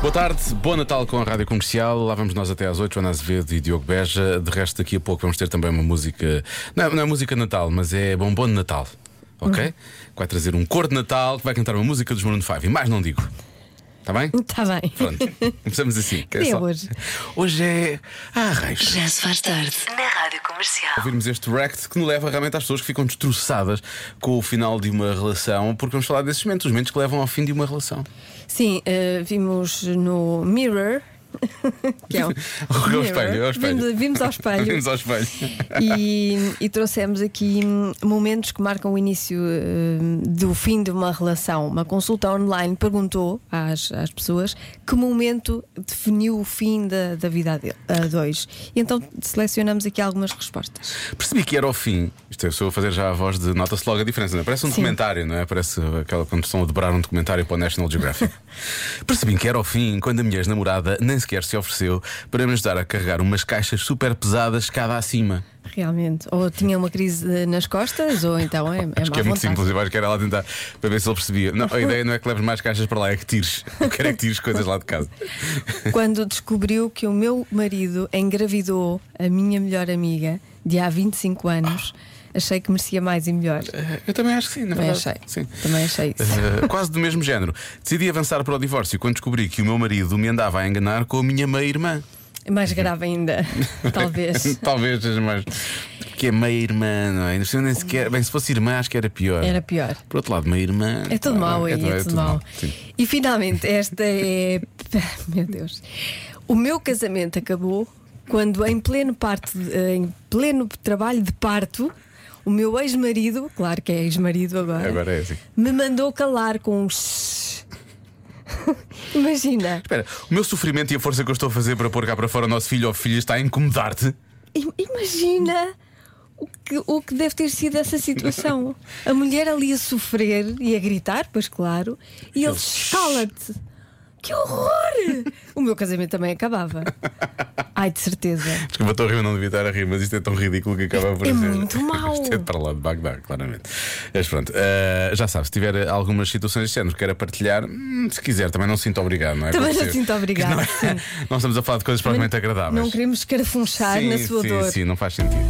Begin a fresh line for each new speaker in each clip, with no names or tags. Boa tarde, bom Natal com a Rádio Comercial. Lá vamos nós até às 8, Joana Azevedo e Diogo Beja. De resto, daqui a pouco vamos ter também uma música. Não, não é música de Natal, mas é bombom de Natal. Ok?
Uhum.
Que vai trazer um cor de Natal que vai cantar uma música dos Maroon 5. E mais não digo. Está bem?
Está Tá bem.
Pronto. Começamos assim. que
Dia
só-
hoje.
Hoje é. Ah, raios.
Já se faz tarde na Rádio Comercial.
ouvirmos este Wrecked que nos leva realmente às pessoas que ficam destroçadas com o final de uma relação, porque vamos falar desses momentos, os momentos que levam ao fim de uma relação.
Sim, eh, vimos no Mirror. que é o
Ao
Mirror.
espelho, ao espelho.
Vimos, vimos ao espelho.
Vimos ao espelho.
E, e trouxemos aqui hum, momentos que marcam o início hum, do fim de uma relação. Uma consulta online perguntou às, às pessoas que momento definiu o fim da, da vida dele, a dois. E então selecionamos aqui algumas respostas.
Percebi que era ao fim. Isto é, se eu fazer já a voz de nota-se logo a diferença, não é? Parece um
Sim.
documentário, não é? Parece aquela quando estão a dobrar um documentário para o National Geographic. Percebi que era ao fim quando a minha ex-namorada nem sequer se ofereceu para me ajudar a carregar umas caixas super pesadas escada acima.
Realmente. Ou tinha uma crise eh, nas costas, ou então é, é
Acho
má
que é muito
vontade.
simples, eu acho que era lá tentar para ver se ele percebia. Não, a ideia não é que leves mais caixas para lá, é que tires. Eu quero é que tires coisas lá de casa.
Quando descobriu que o meu marido engravidou a minha melhor amiga de há 25 anos, achei que merecia mais e melhor.
Eh, Eu também acho que sim, na
Também
verdade.
achei.
Sim.
Também achei isso.
Eh, quase do mesmo género. Decidi avançar para o divórcio quando descobri que o meu marido me andava a enganar com a minha meia-irmã.
É Mais grave ainda, talvez.
Talvez seja mais. Que é meia-irmã, não é? Ainda por cima Nem sequer... Bem, se fosse irmã, acho que era pior.
Era pior.
Por outro lado, meia-irmã.
É tudo mau aí,
tudo-
é tudo mau.
Sim.
E finalmente, esta é. Meu Deus. O meu casamento acabou quando, em pleno, parto, em pleno trabalho de parto, o meu ex-marido, claro que é ex-marido agora,
Agora é assim.
me mandou calar com um. shhh. Imagina.
Espera, o meu sofrimento e a força que eu estou a fazer para pôr cá para fora o nosso filho ou filha está a incomodar-te.
Im- Imagina o que, o que deve ter sido essa situação. A mulher ali a sofrer e a gritar, pois claro, e ele escala-te. Que horror! O meu casamento também acabava. Ai, de certeza.
Desculpa, estou a rir, não devia estar a rir, mas isto é tão ridículo que acaba por
É
ser.
muito mau.
Isto é de para lá de Bagdá, claramente. Mas pronto, eh, já sabes, se tiver algumas situações deste género que queira partilhar, hum, se quiser, também não se sinto obrigado, não é?
Também
Pode
não
ser.
sinto obrigado,
Não, é-
sim.
não estamos a falar de coisas propriamente agradáveis.
Não queremos escarafunchar
sim,
na sua
sim,
dor.
Sim, não faz sentido.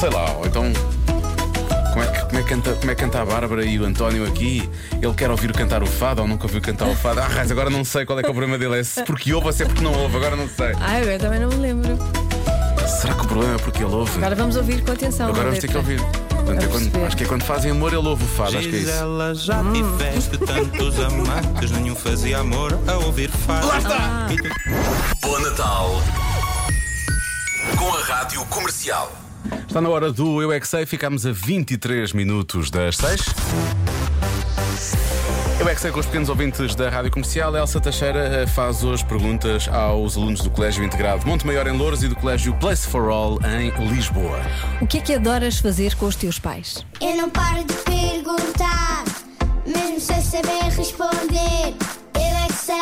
Sei lá, ou então. Como é, que, como, é que canta, como é que canta a Bárbara e o António aqui? Ele quer ouvir cantar o fado ou nunca ouviu cantar o fado? Ah, raiz, agora não sei qual é que é o problema dele. É se porque ouve ou se é porque não ouve, agora não sei.
Ai, eu também não me lembro.
Será que o problema é porque ele ouve?
Agora vamos ouvir com atenção.
Agora
a
vamos ter que
letra.
ouvir. Portanto, é quando-
perceber.
acho que é quando fazem amor, ele ouve o fado, acho que é isso.
Gisela, já tiveste tantos amantes, nenhum fazia amor a ouvir falar. Lá
Ah.
está!
Bom Natal com a Rádio Comercial.
Está na hora do Eu é que sei, ficámos a 23 minutos das 6. Eu é que sei com os pequenos ouvintes da Rádio Comercial. Elsa Teixeira eh, faz hoje perguntas aos alunos do Colégio Integrado Monte Maior em Louros e do Colégio Place for All em Lisboa.
O que é que adoras fazer com os teus pais?
Eu não paro de perguntar, mesmo sem saber responder. Eu é que sei,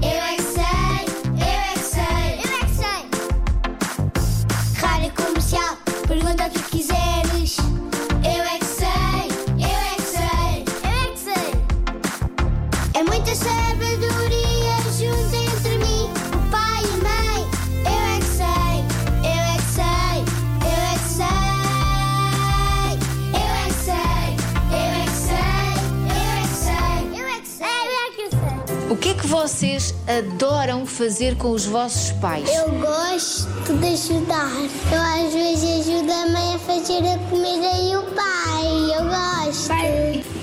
eu é que sei, eu é que sei, eu é que sei. Rádio comercial, pergunta o que quiseres. Eu é que sei, eu é que sei, eu é que sei. É muita sabedoria junto entre mim, o pai e a mãe. Eu é que sei, eu é que sei, eu é que sei. Eu é que sei, eu é que sei, eu é que sei, eu é que sei, eu é que sei.
O que é que vocês adoram fazer com os vossos pais?
Eu gosto de ajudar. Eu às vezes ajudo a mãe a fazer a comida e o pai. Eu gosto.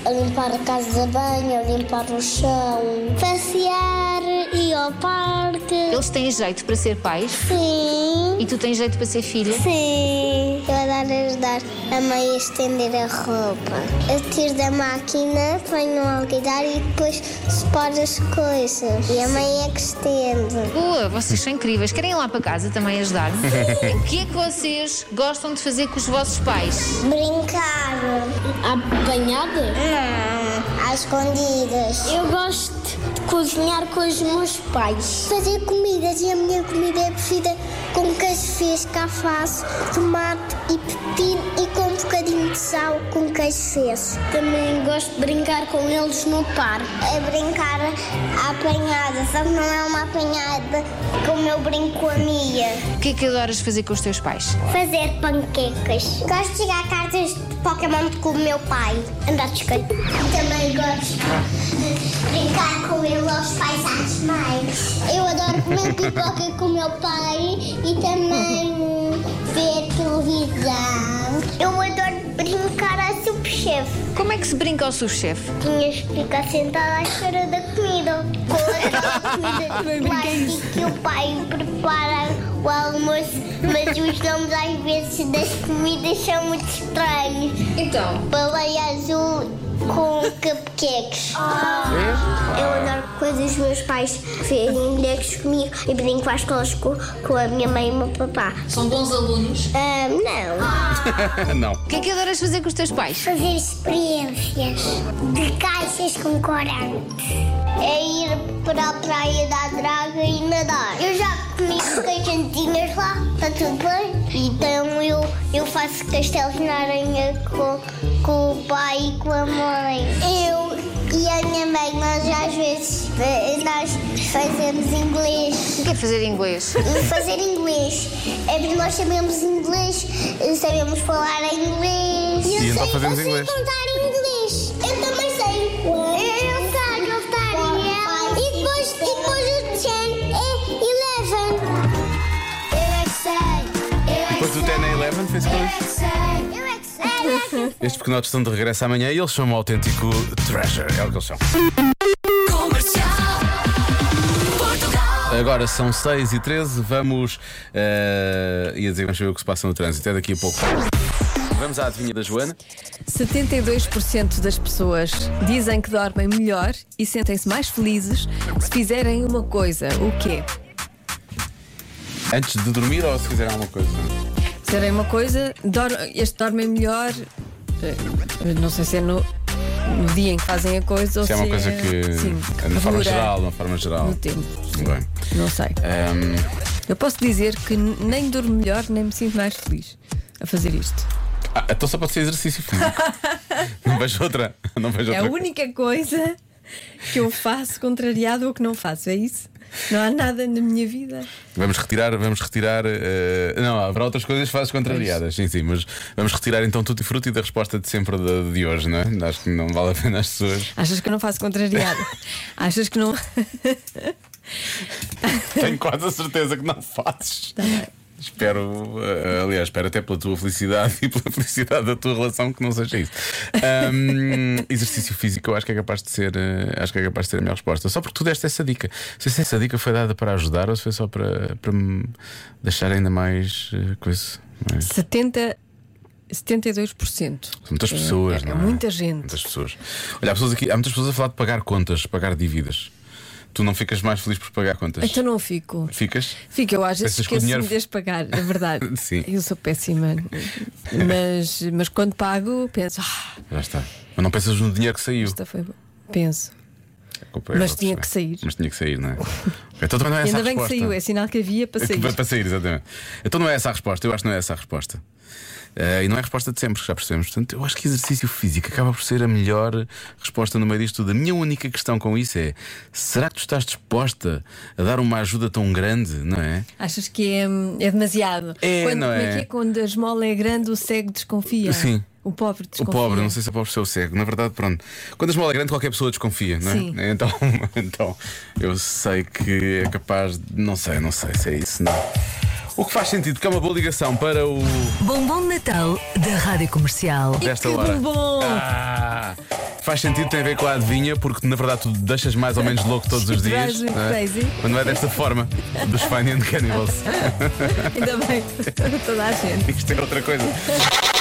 A limpar a casa de banho, a limpar o chão. Passear, ir ao parque.
Eles têm jeito para ser pais
Sim.
e tu tens jeito para ser filha?
Sim. Eu adoro ajudar a mãe a estender a roupa. Eu tiro da máquina, ponho no alguidar e depois separo as coisas. E a mãe é que estende.
Boa, vocês são incríveis. Querem ir lá para casa também ajudar-me? o que é que vocês gostam de fazer com os vossos pais?
Brincar. Apanhada? Não, Hum, às escondidas. Eu gosto de cozinhar com os meus pais. Fazer comidas e a minha comida é preferida com queijo fresco, alface, tomate e pepino e com um bocadinho de sal com queijo princesa. Também gosto de brincar com eles no parque. É brincar à apanhada, só que não é uma apanhada como eu brinco com a minha.
O que é que adoras fazer com os teus pais?
Fazer panquecas. Gosto de jogar cartas de Pokémon com o meu pai. Andar de skate. Também gosto de brincar com ele aos pais às mães. Eu adoro comer pipoca com o meu pai e também ver televisão. Eu adoro brincar a subchefe.
Como é que se brinca ao subchefe?
Tinhas que ficar sentada à espera da comida. Com aquela
é
comida plástica que o pai prepara o almoço, mas os nomes às vezes das comidas são muito estranhos.
Então,
Baleia azul com cupcakes.
Ah.
É?
É?
Eu adoro quando os meus pais fazem bonecos comigo e brinco às escolas com, com a minha mãe e o meu papá.
são bons alunos.
Ah, não.
não.
O que é que adoras fazer com os teus pais?
Fazer experiências de caixas com corante. É ir para a praia da draga e nadar. Eu já comi caixantinhas lá, está tudo bem. Então eu, eu faço castelos na aranha com, com o pai e com a mãe. Eu e a minha mãe, nós às vezes eh, nós fazemos inglês.
O que é fazer em inglês?
Fazer inglês. É porque nós sabemos inglês, sabemos falar inglês.
E então fazemos inglês.
contar inglês. Eu também sei. Eu sei contar E depois, e depois o 10 é 11. Eu é que sei. Eu é
Depois do 10 a 11 fez coisas.
sei. Eu é que sei. Eu é que
Estes pequenotes estão de regresso amanhã e eles são um autêntico treasure. É o que eles são. Agora são 6 e 13 vamos. eh, ia dizer, vamos ver o que se passa no trânsito. Até daqui a pouco. Vamos à adivinha da Joana.
72% das pessoas dizem que dormem melhor e sentem-se mais felizes se fizerem uma coisa. O quê?
Antes de dormir ou se fizer alguma coisa?
Fizerem uma coisa, dor, este dormem melhor. eh, Não sei se é no, no dia em que fazem a coisa ou
Se
se
é uma coisa que.
sim,
de uma forma
dura
geral, de uma forma geral.
No tempo.
Muito Bem.
Não sei.
Ahm,
Eu posso dizer que n- nem durmo melhor, nem me sinto mais feliz a fazer isto.
ah, então só pode ser exercício físico. não vejo outra. Não vejo
É a
outra.
única coisa que eu faço contrariado ao que não faço, é isso? Não há nada na minha vida.
Vamos retirar, vamos retirar. eh, não, haverá outras coisas que fazes contrariadas, sim, sim, mas vamos retirar então tudo e fruto e da resposta de sempre de, de hoje, não é? Acho que não vale a pena as pessoas.
Achas que eu não faço contrariado? Achas que não.
Tenho quase a certeza que não fazes.
Tá
Espero, eh, aliás, espero até pela tua felicidade e pela felicidade da tua relação que não seja isso. Ahm, exercício físico, eu acho que é capaz de ser, eh, acho que é capaz de ser a minha resposta. Só porque tu deste essa dica. Não sei se essa dica foi dada para ajudar ou se foi só para, para me deixar ainda mais eh, coisa. mais-
70, 72%.
São muitas pessoas,
é
não é?
muita gente.
Muitas pessoas. Olha, há, pessoas aqui, há muitas pessoas a falar de pagar contas, pagar dívidas. Tu não ficas mais feliz por pagar contas?
Então não fico.
Ficas?
Fico, eu às vezes
Pensas que o
esqueço-me
dinheiro-
de as pagar, é verdade.
Sim.
Eu sou péssima. Mas, mas quando pago, penso, ah,
Já está. Mas não pensas no dinheiro que saiu.
esta foi boa. Penso.
A culpa é
Mas
outra
tinha
pessoa.
que sair.
Mas tinha que sair, não é? então também não é essa
Ainda
a
bem que
resposta.
saiu, é sinal que havia para sair.
Para, para sair, exatamente. Então não é essa a resposta, eu acho que não é essa a resposta. Eh, e não é a resposta de sempre, que já percebemos. Portanto, eu acho que exercício físico acaba por ser a melhor resposta no meio disto tudo. A minha única questão com isso é: será que tu estás disposta a dar uma ajuda tão grande, não é?
Achas que é, hum, é demasiado?
É,
quando,
não
como
é?
que Quando a esmola é grande, o cego desconfia.
Sim.
O pobre
O
desconfia.
pobre, não sei se é pobre ou se é o cego. Na verdade, pronto. Quando a esmola é grande, qualquer pessoa desconfia, não é?
Sim.
Então, então, eu sei que é capaz de. Não sei, não sei se é isso, não. O que faz sentido, que é uma boa ligação para o.
Bombom de Natal da Rádio Comercial.
desta
que
hora.
bombom!
Ah, faz sentido, tem a ver com a adivinha, porque na verdade tu deixas mais ou menos louco todos os dias.
Drives me
não é?
crazy.
Quando é desta forma, dos Fine and Cannibals.
Ainda bem, toda a gente.
Isto é outra coisa.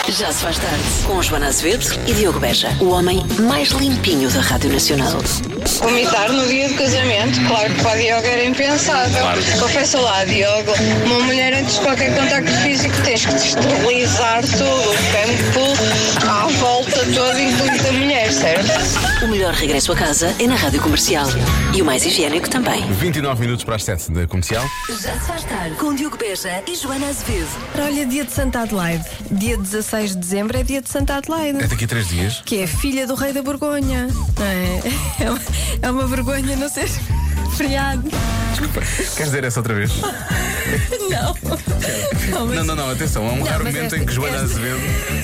Já se faz tarde. Com Joana Azevedo e Diogo Beja. O homem mais limpinho da Rádio Nacional.
Vomitar no dia do casamento, claro que para Diogo era impensável. Confessa lá, Diogo, uma mulher antes de qualquer contacto físico tens que te esterilizar tudo, o campo à volta toda, incluindo a mulher, certo?
O melhor regresso a casa é na Rádio Comercial. E o mais higiênico também.
29 minutos para as 7 da comercial.
Já se faz tarde com Diogo Beja e Joana Azevedo.
Olha, dia de Santa Adelaide. Dia 16 de dezembro é dia de Santa
É
Adelaide.
daqui a 3 dias.
Que é filha do rei da Borgonha. não É, é, uma, é uma vergonha não ser feriado.
Queres dizer essa outra vez?
Não. é Não, mas
Não, não, não, atenção. Há um raro
mas
momento
esta-
em que Joana
esta-
Azevedo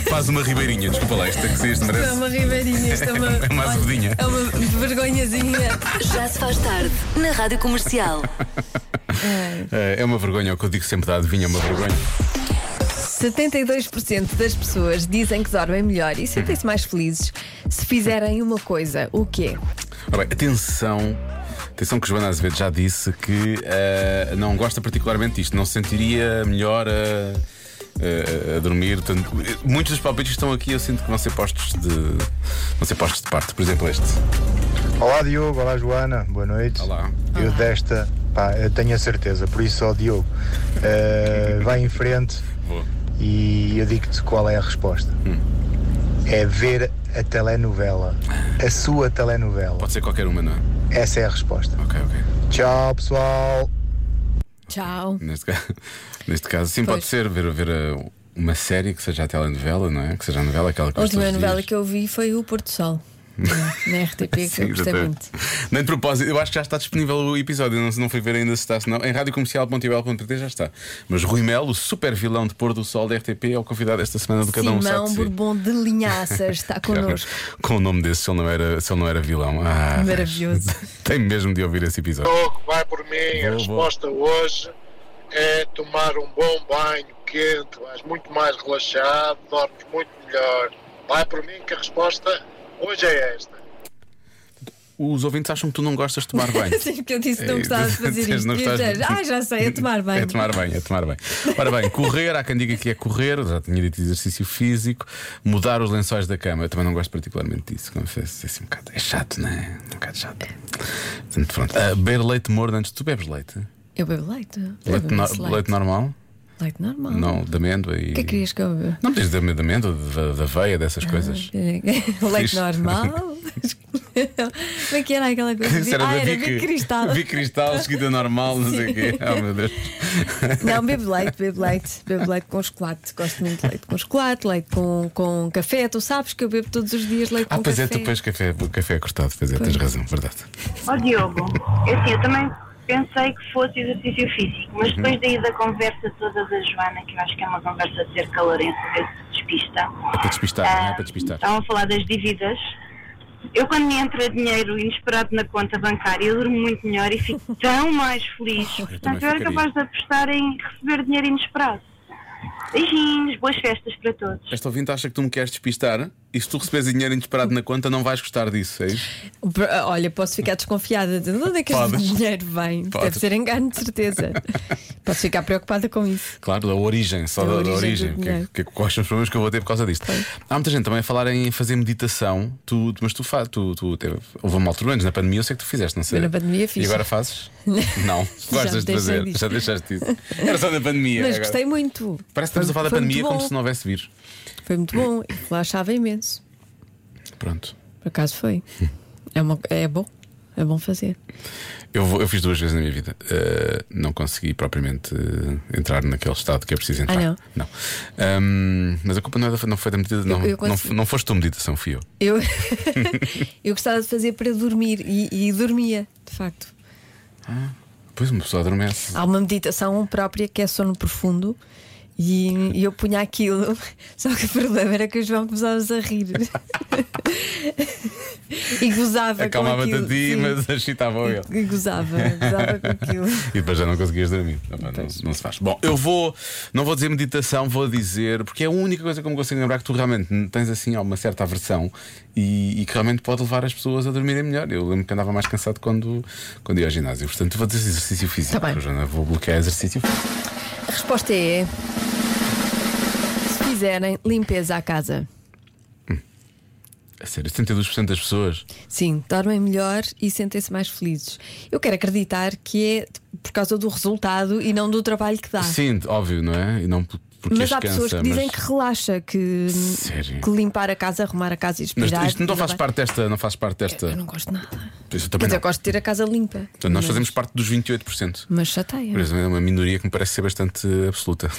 faz uma ribeirinha. Desculpa lá, isto tem que ser isto,
isto é
merece.
uma ribeirinha, isto é uma.
É uma
olha,
azedinha.
É uma vergonhazinha.
Já se faz tarde na Rádio Comercial.
É é uma vergonha, é o que eu digo sempre da adivinha, é uma vergonha.
72% das pessoas dizem que dormem melhor e sentem-se mais felizes se fizerem uma coisa. O quê?
Ora bem, atenção, atenção que Joana Azevedo já disse que eh, não gosta particularmente disto, não se sentiria melhor a, a- a dormir. Portanto, muitos dos palpites que estão aqui eu sinto que vão ser postos de. vão ser postos de parte. Por exemplo, este.
Olá Diogo, olá Joana, boa noite.
Olá.
Eu desta, pá, eu tenho a certeza, por isso ó Diogo, eh, vai em frente
Boa.
e eu digo-te qual é a resposta.
Hum.
É ver a telenovela, a sua telenovela.
Pode ser qualquer uma, não é?
Essa é a resposta.
Ok, ok.
Tchau pessoal.
Tchau.
Neste caso, neste caso sim,
Pois.
pode ser ver, ver eh, uma série que seja a telenovela, não é? Que seja a novela, aquela que
A
nós
última
todos os
novela
dias-
que eu vi foi o Porto Sol. na- Na RTP, que eu gostei muito.
exatamente. Nem de propósito, eu acho que já está disponível o episódio. Não, não fui ver ainda se está, se não. Em radiocomercial.ibel.pt já está. Mas Rui Melo, o super vilão de pôr do sol da RTP, é o convidado esta semana do Cada Um Sabe
Simão
de Si. é
Bourbon de Linhaças está connosco.
Com o nome desse, se ele não era, se ele não era vilão. Ah,
Maravilhoso.
Tem mesmo de ouvir esse episódio.
Diogo, vai por mim.
Boa,
a resposta hoje é tomar um bom banho quente, vais muito mais relaxado, dormes muito melhor. Vai por mim que a resposta hoje é esta.
Os ouvintes acham que tu não gostas de tomar banho.
Sim, porque eu disse que não gostava de fazer
É, Não
isto. E eu
gostas-
já- Ah, já sei, é tomar banho.
É tomar bem, é tomar bem. Ora bem, correr, há quem diga que é correr, já tinha dito exercício físico, mudar os lençóis da cama. Eu também não gosto particularmente disso, confesso. É, assim um bocado, é chato, não é? Um bocado chato. Portanto, pronto. Ah, beber leite morno antes. Tu bebes leite?
Eu bebo leite. Eu
Leite,
bebo
no-
leite.
leite normal?
Leite normal.
Não, de amêndoa e.
O que é que Ah, querias que eu beba?
Não me dizes de amê- de amêndoa, da, da veia, dessas coisas.
Leite normal. Como é que era aquela coisa?
Isso
ah,
da
era Vic Cristal.
Vic Cristal, seguida normal, não sei o quê. Oh, meu Deus.
Não, bebo leite, bebo leite, bebo leite com chocolate. Gosto muito de leite com chocolate, leite com, com café. Tu sabes que eu bebo todos os dias leite
Ah,
com
pois
café.
é, tu pões café, o café é cortado, pois é, tens razão, verdade.
Ó Diogo, é assim, eu também pensei que fosse exercício físico, mas depois daí da conversa toda da Joana, que eu acho que é uma conversa de ser calorense, de despista.
É para despistar, não é? É para despistar.
Estavam a falar das dívidas. Eu, quando me entra dinheiro inesperado na conta bancária, eu durmo muito melhor e fico tão mais feliz. Portanto, eu era
ficaria.
capaz de apostar em receber dinheiro inesperado. Beijinhos, boas festas para todos.
Este ouvinte acha que tu me queres despistar e se tu receberes dinheiro inesperado na conta, não vais gostar disso, é isso?
Br- Olha, posso ficar desconfiada de onde é que
Podes.
este dinheiro vem?
Podes.
Deve ser engano, de certeza. posso ficar preocupada com isso.
Claro, da origem, só
Da
da, da
origem
origem.
do
Que-
dinheiro.
que- quais são os problemas que eu vou ter por causa disto? Há muita gente também a falar em fazer meditação, tu, tu- mas tu fazes. Tu, tu, teve- houve uma altura antes, na pandemia, eu sei que tu fizeste, não sei.
Eu na pandemia
E
fiz.
agora fazes? não, gostas de
deixei
fazer,
disso.
já deixaste isso. Era só na pandemia.
Mas
agora.
gostei muito.
Parece que estamos a falar da
Foi muito
pandemia como
bom.
se não houvesse vírus.
Foi muito bom. Eu relaxava imenso.
Pronto.
Por acaso foi. É, uma- é bom. É bom fazer.
Eu, vou- eu fiz duas vezes na minha vida. Uh, não consegui propriamente uh, entrar naquele estado que é preciso entrar.
Ah, não?
Um, mas a culpa não, é da, não foi da medida. Não,
eu
não,
consegui.
não foste tu a meditação, fui eu.
Eu, eu gostava de fazer para dormir e, e dormia, de facto.
Pois uma pessoa adormece.
Há uma meditação própria que é sono profundo. E, e eu punha aquilo, só que o problema era que o João começava a rir e gozava com
Acalmava-te
aquilo.
a ti,
sim.
mas agitava ele.
E gozava, gozava com aquilo.
E depois já não conseguias dormir. Não, não- não se faz. Bom, eu vou, não vou dizer meditação, vou dizer, porque é a única coisa que eu me consigo lembrar que tu realmente tens assim alguma certa aversão e, e que realmente pode levar as pessoas a dormirem melhor. Eu lembro que andava mais cansado quando, quando ia ao ginásio. Portanto, vou dizer exercício físico.
Tá bem.
Eu já não vou bloquear exercício físico.
A resposta é: se fizerem limpeza à casa,
A sério, 72% das pessoas.
sim, dormem melhor e sentem-se mais felizes. Eu quero acreditar que é por causa do resultado e não do trabalho que dá.
Sim, óbvio, não é? E não por- Porque
mas há
descansa,
pessoas que dizem
mas-
que relaxa, que,
Sério?
que limpar a casa, arrumar a casa e
Mas
respirar.
isto não
tudo
faz
bem.
parte desta. Não faz parte desta.
Eu não gosto de nada.
Isso eu
Quer
também
dizer,
não.
eu gosto de ter a casa limpa.
Portanto, nós
mas-
fazemos parte dos 28%.
Mas chateia.
Por exemplo, é uma minoria que me parece ser bastante absoluta.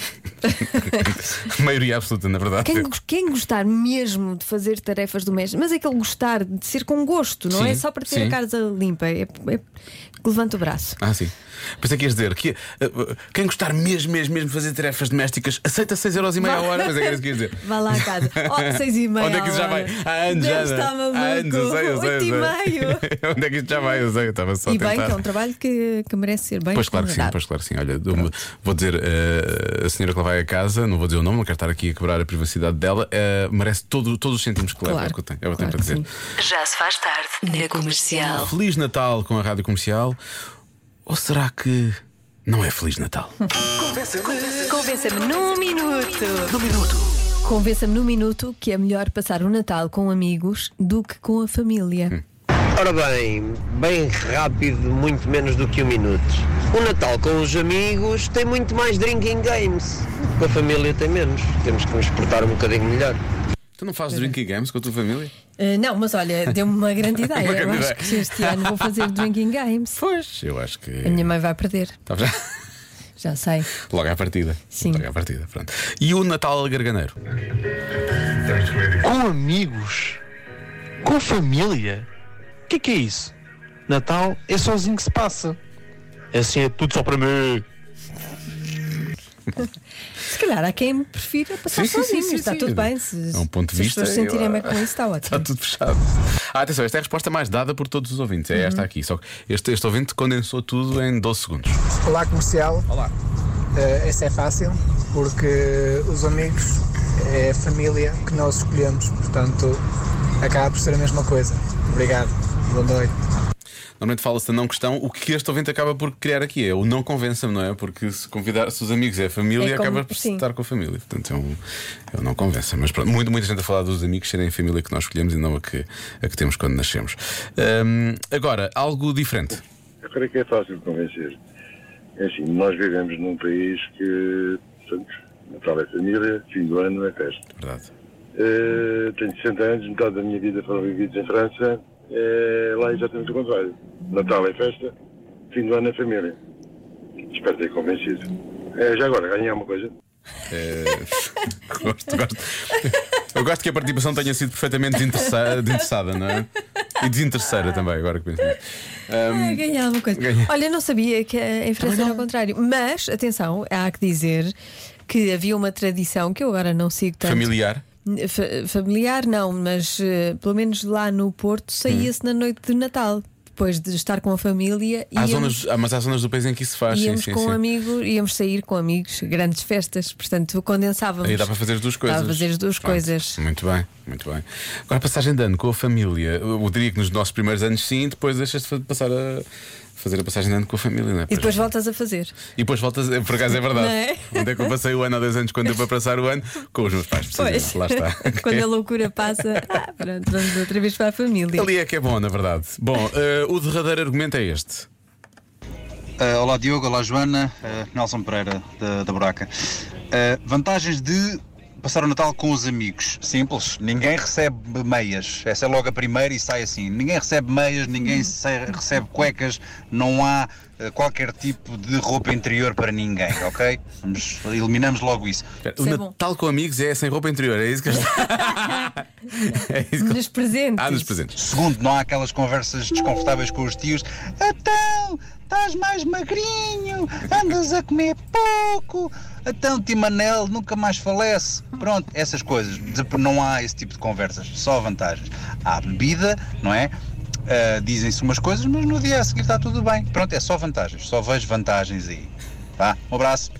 Maioria absoluta, na verdade.
Quem, gos- quem gostar mesmo de fazer tarefas domésticas, mas é aquele gostar de ser com gosto, não
Sim,
é só para ter
sim.
a casa limpa, é, é que levanta o braço.
Ah, sim. Pensei que ias dizer que eh, eh, quem gostar mesmo, mesmo, mesmo de fazer tarefas domésticas aceita 6,5€ a hora. Mas é que era isso que ias dizer.
Vá lá à casa. Ó, seis e meia.
Onde é que isso
à
já vai?
hora.
Há anos,
Deus
já. é?
está maluco.
Há anos, eu sei, eu sei. eu
Oito e
sei.
meio.
Onde é que isto já vai? Eu sei, eu estava só
E
a tentar.
bem, que é um trabalho que, que merece ser bem
Pois claro que sim,
remunerado.
pois claro que sim. Olha, eu vou dizer eh, a senhora que lá vai a casa, não vou dizer o nome, não quero estar aqui a quebrar a privacidade dela, eh, merece todo, todos os cêntimos que leva,
Claro,
é o que eu tenho, é o que eu tenho para
claro
dizer.
que Já se faz tarde na comercial.
Feliz Natal com a Rádio Comercial, ou será que não é Feliz Natal?
Convença-me num minuto. Num minuto. Convença-me num minuto que é melhor passar o Natal com amigos do que com a família.
Hum.
Ora bem, bem rápido, muito menos do que um minuto. O Natal com os amigos tem muito mais drinking games. Com a família tem menos. Temos que nos portar um bocadinho melhor.
Tu não fazes drinking games com a tua família?
Eh, não, mas olha, deu-me uma grande ideia.
Uma grande
eu acho
ideia.
que este ano vou fazer drinking games.
Pois. Eu acho que.
A minha mãe vai perder,
Tá já-
já sei.
Logo à partida.
Sim.
Logo à partida, pronto. E o Natal Garganeiro?
Com amigos? Com família? O que é que é isso? Natal é sozinho que se passa. Assim é tudo só para mim.
Se calhar há quem prefira passar
Sim, sim,
sozinho,
sim, sim,
está
sim.
tudo bem. Se,
É um ponto de
se
vista,
as pessoas se sentirem
eu-
bem com isso, está ótimo.
Está Tá tudo fechado. Ah, atenção, esta é a resposta mais dada por todos os ouvintes. É esta aqui. Só que este, este ouvinte condensou tudo em 12 segundos.
Olá, comercial. Olá. essa é fácil, porque os amigos é a família que nós escolhemos, portanto, acaba por ser a mesma coisa. Obrigado. Boa noite.
Normalmente fala-se da não questão. O que este ouvinte acaba por criar aqui é o não convença-me, não é? Porque se convidar se os amigos é a família,
É como-
acaba por
sim.
estar com a família. Portanto, é um, é um não convença. Mas pronto, muito, muita gente a falar dos amigos serem a família que nós escolhemos e não a que, a que temos quando nascemos. Ahm, agora, algo diferente.
Eu creio que é fácil de convencer. É assim, nós vivemos num país que, portanto, Natal é família, fim do ano é festa.
Verdade.
Eh, tenho 60 anos, metade da minha vida foram vividos em França. Eh, lá é exatamente o contrário. Natal é festa, fim do ano é família. Espero ter convencido. Eh, já agora, ganhei alguma coisa?
É, gosto, gosto. Eu gosto que a participação tenha sido perfeitamente desinteressa- desinteressada, não é? E desinteresseira também, agora que penso nisso. Ahm,
Ah, ganhar alguma coisa.
ganhei.
Olha, eu não sabia que eh, em França era ao contrário. Mas, atenção, há que dizer que havia uma tradição que eu agora não sigo tanto.
Familiar.
Fa- Familiar não, mas eh, pelo menos lá no Porto saía-se na noite de Natal, depois de estar com a família
Hum. Há
íamos-
zonas, ah, mas há zonas do país em que isso se faz, sim,
íamos
sim,
com
sim.
amigos, íamos sair com amigos, grandes festas, portanto condensávamos.
Aí dá para fazer as duas coisas.
Dá para fazer as duas
Pronto.
coisas.
Muito bem, muito bem. Agora, passagem de ano com a família. Eu eu diria que nos nossos primeiros anos, sim, depois deixas de fa- passar a. Fazer a passagem de ano com a família, não é?
E depois voltas a fazer.
E depois voltas, por acaso é verdade.
Não é?
Onde é que eu passei o ano há dois anos quando deu para passar o ano? Com os meus pais, precisamente.
Pois.
Lá está.
Quando a loucura passa, ah, pronto, vamos outra vez para a família.
Ali é que é bom, na verdade. Bom, eh, o derradeiro argumento é este.
Ah, olá Diogo, olá Joana, ah, Nelson Pereira da, da Buraca. Ah, vantagens de passar o Natal com os amigos. Simples, ninguém recebe meias. Essa é logo a primeira e sai assim. Ninguém recebe meias, ninguém se- recebe cuecas, não há ah, qualquer tipo de roupa interior para ninguém, ok? Vamos- eliminamos logo isso.
O Natal com amigos é sem roupa interior, é isso que eu estou... é isso que...
Nos presentes.
Ah, nos presentes.
Segundo, não há aquelas conversas desconfortáveis com os tios. Então, estás mais magrinho, andas a comer pouco. Então, Timanel nunca mais falece. Pronto, essas coisas. Desap- Não há esse tipo de conversas, só vantagens. Há bebida, não é? Ah, Dizem-se umas coisas, mas no dia a seguir está tudo bem. Pronto, é só vantagens, só vejo vantagens aí. Tá? Um abraço.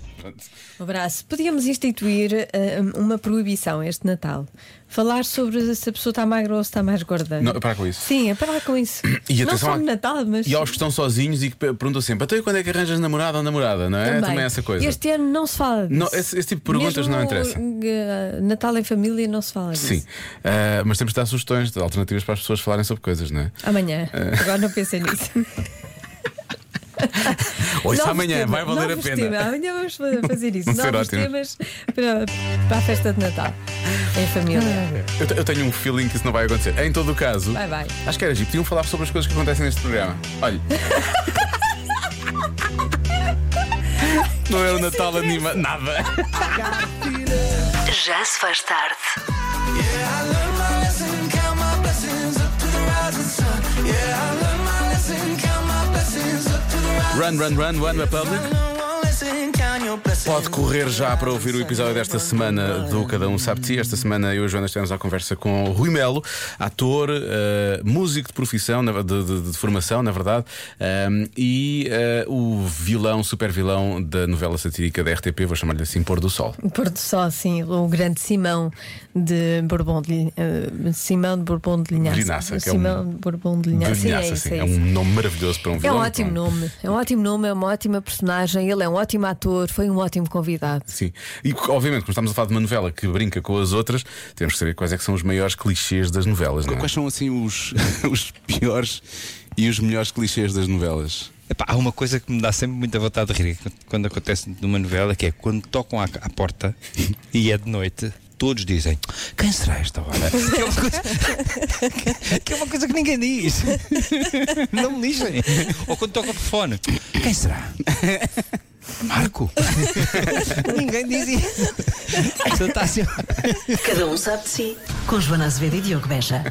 Um abraço. Podíamos instituir eh, uma proibição este Natal. Falar sobre se a pessoa está magra ou se está mais gorda.
Não, para com isso.
Sim, é para lá com isso.
E
não
atenção
só
à-
no Natal, mas.
E aos que estão sozinhos e que pe- perguntam sempre: até quando é que arranjas namorado ou namorada? Não é? Também, essa coisa.
Este ano não se fala disso.
Não, esse- esse tipo de perguntas
Mesmo,
não interessa.
eh, Natal em família não se fala disso.
Sim. Ah, mas temos de dar sugestões, de alternativas para as pessoas falarem sobre coisas, não é?
Amanhã.
Eh.
Agora não pensei nisso.
Ouça
Novo
amanhã,
tema,
vai valer a
novos
pena.
temas. Amanhã vamos fa- fazer isso.
Vai ser
Novos
ótimo.
temas para, para a festa de Natal. Em família.
Eu, te- eu tenho um feeling que isso não vai acontecer. Em todo o caso,
Vai, vai.
acho que era giro. Podiam falar sobre as coisas que acontecem neste programa. Olha. não é o Natal anima. Nada.
Já se faz tarde.
Run, run, run, One Republic. Pode correr já para ouvir o episódio desta semana do Cada Um Sabe de Ti. Esta semana eu e a Joana estivemos à conversa com o Rui Melo, ator, eh, músico de profissão, na- de, de- de formação, na verdade, ehm, e eh, o vilão, super vilão da novela satírica da RTP, vou chamar-lhe assim, Pôr do Sol.
O Porto Sol, sim, assim, o grande Simão de Bourbon de, Lin- eh, Simão de Bourbon de Linhaça.
Linhaça, que é um-
Simão de Bourbon de Linhaça.
De
Sim,
Linhaça,
é, isso,
sim.
é,
É
isso.
um nome maravilhoso para um
É
vilão.
um ótimo
para um-
nome, é um ótimo nome, é uma ótima personagem, ele é um ótimo ator, foi um ótimo convidado.
Sim. E obviamente, como estamos a falar de uma novela que brinca com as outras, temos que saber quais é que são os maiores clichês das novelas, não é?
Quais são assim os, os piores e os melhores clichês das novelas? Epá, há uma coisa que me dá sempre muita vontade de rir quando acontece numa novela, que é quando tocam à, à porta e é de noite, todos dizem quem será esta hora? que, é uma coisa, que é uma coisa que ninguém diz. Não me dizem. Ou quando toca o telefone, quem será? Marco? Ninguém diz isso. Então tá assim,
Cada um sabe de si. Com Joana Azevedo e Diogo Beja.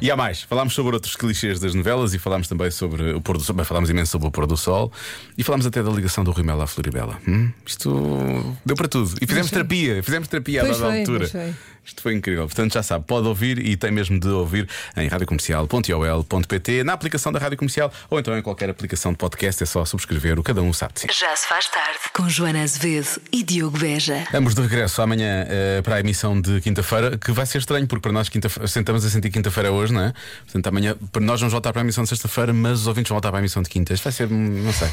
E há mais, falámos sobre outros clichês das novelas e falámos também sobre o pôr do sol, bem, falámos imenso sobre o pôr do sol e falámos até da ligação do Rui Melo à Floribela. Hum? Isto deu para tudo. E fizemos terapia, fizemos terapia
Pois
à dada
foi,
altura.
pois foi.
Isto foi incrível. Portanto, já sabe, pode ouvir e tem mesmo de ouvir em radiocomercial.ol.pt, na aplicação da Rádio Comercial ou então em qualquer aplicação de podcast, é só subscrever o Cada Um Sabe de Si.
Já se faz tarde. Com Joana Azevedo e Diogo Beja.
Ambos de regresso amanhã eh, para a emissão de quinta-feira, que vai ser estranho, porque para nós quinta-feira- sentamos a sentir quinta-feira hoje, não é? Portanto, amanhã para nós vamos voltar para a emissão de sexta-feira, mas os ouvintes vão voltar para a emissão de quinta. Isto vai ser, hum, não sei,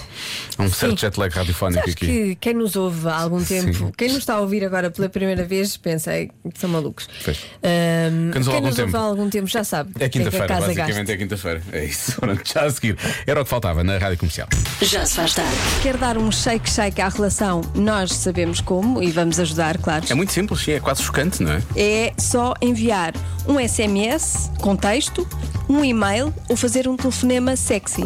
há um certo jet lag radiofónico
Sabes
aqui. É
que quem nos ouve há algum tempo,
Sim.
quem nos está a ouvir agora pela primeira vez, pensa "Ei, que são malucos.
Pois.
Ahm,
Quem nos ouve há algum
ouve
tempo.
há algum tempo já sabe.
É
quem
quinta-feira,
que a casa
basicamente
gasta.
é quinta-feira. É isso, pronto, já a seguir. Era o que faltava na rádio comercial.
Já se faz tarde.
Quer dar um shake shake à relação? Nós sabemos como e vamos ajudar, claro.
É muito simples, sim, é quase chocante, não é?
É só enviar um SMS com texto, um e-mail ou fazer um telefonema sexy.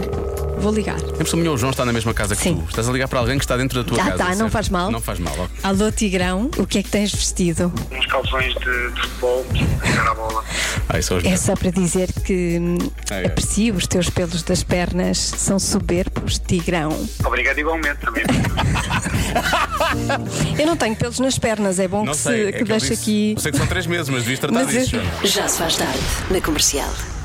Vou ligar.
Sempre se o meu João está na mesma casa que tu. Estás a ligar para alguém que está dentro da tua
Ah,
casa.
tá, não
certo?
faz mal.
Não faz mal, ok.
Alô Tigrão, o que é que tens vestido?
Uns calções de, de futebol, pegar a bola.
Ah, isso é os
É
meus.
só para dizer que hum,
Ai, ai.
aprecio os teus pelos das pernas, são soberbos, Tigrão.
Obrigado igualmente também.
Eu não tenho pelos nas pernas, é bom
Não
que,
sei,
se,
é
que
que ele
deixe
disse-
aqui.
Eu sei que são três meses, mas devias tratar
Mas é-
disso,
eu-
Joana.
Já se faz tarde. Na comercial.